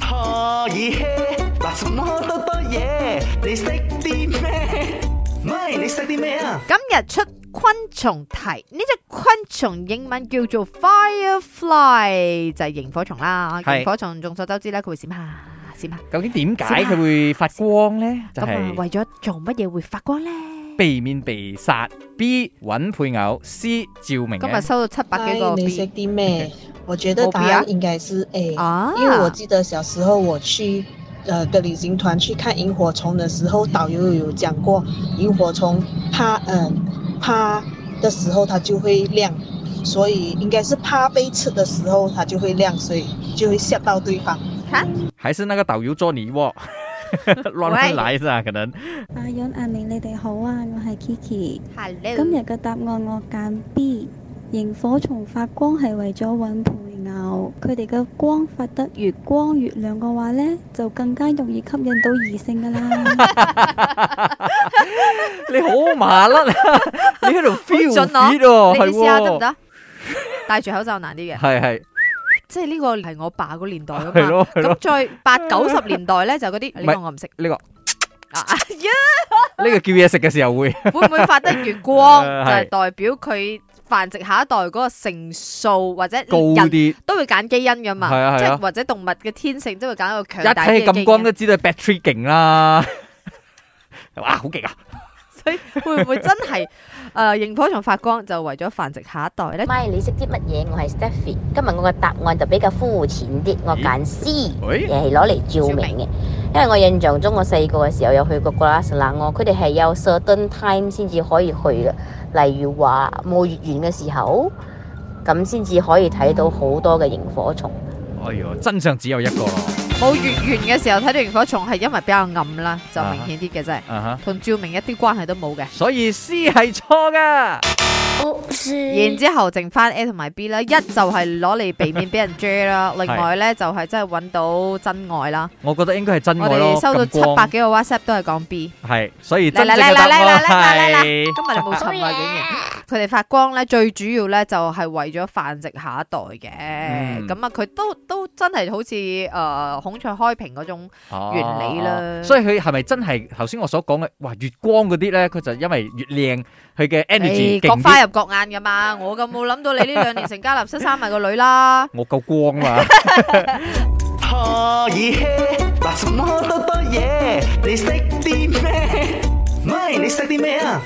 可以嘿，嗱什麼多多嘢，你識啲咩？咪你識啲咩啊？今日出昆蟲題，呢隻昆蟲英文叫做 firefly，就係螢火蟲啦。係螢火蟲眾所周知咧，佢會閃下閃下，究竟點解佢會發光呢？就咁啊係為咗做乜嘢會發光咧？避免被殺。B 揾配偶，C 照明今日嘅。收到七百幾個你識 B 啲咩？我覺得答案应该是 A，啊，因为我记得小时候我去呃跟旅行团去看萤火虫的时候，导游有讲过，萤火虫趴嗯、趴的时候它就会亮，所以应该是趴被吃的时候它就会亮，所以就会吓到对方。還是那個導遊捉你喎， 亂來咋可能？阿欣、阿明，你哋好啊！我係 Kiki。 Hello，今日嘅答案我揀 B。螢火蟲發光係為咗揾配偶，佢哋嘅光發得越光越亮嘅話呢，就更加容易吸引到異性噶啦。你好 麻甩啊！你喺度 feel 準啊 fit 喎，係你試下得唔喎，得？戴住口罩難 啲嘅，係係即係呢個係我爸個年代啊係嘛。咯係咁咯，再八九十年代咧，就嗰啲係呢個我唔識呢個啊。哎呀呢個叫嘢食嘅時候會會唔會發得越 光，誒就係呃係代表佢繁殖下一代嗰個成數或者高人啲，都會揀基因噶嘛，係啊即係啊係或者動物嘅天性都會揀一個 一強大啲睇嘅基咁光都因，知道 battery 勁啦。 哇，好勁啊！ 所以會唔會真 係誒螢火蟲發光就為咗繁殖下一代咧？咪你識啲乜嘢？我係 Stephy，今日我嘅答案就比較膚淺啲，我揀 C，喂亦係攞嚟照明嘅。因為我印象中我細個嘅時候有去過格拉斯冷我，佢哋係有 certain time 先至可以去嘅，例如話冇月圓嘅時候，咁先至可以睇到好多嘅螢火蟲。哎呦，真相只 有一個咯。冇月圓嘅時候睇到螢火蟲係因為比較暗啦，就啊哈明顯啲嘅啫，啊哈，同照明一啲關係都冇嘅。所以 C 係錯噶。然之後剩翻 A 同埋 B 啦，一就係攞嚟避免俾人追啦，另外咧就係真係揾到真愛啦。我覺得應該係真我愛咯。哋收到咁七光百幾個 WhatsApp 都係講 B。係，所以嚟真正嚟嘅嚟答嚟嚟嚟嚟案嚟！係今日你冇沉啊，竟然佢哋發光咧，最主要咧就係為咗繁殖下一代嘅。嗯咁啊，佢都都真係好似誒孔雀開屏嗰種，原理啦哦所以佢係咪真係頭先我所講嘅？哇，月光嗰啲咧，佢就因為越靚，佢嘅誒 energy 勁各花啲。入各眼噶嘛。我咁冇諗到你呢兩年成家立室生埋個女啦。我夠光嘛？可以嘿，嗱什麼多多嘢，你識啲咩？咪你識啲咩啊？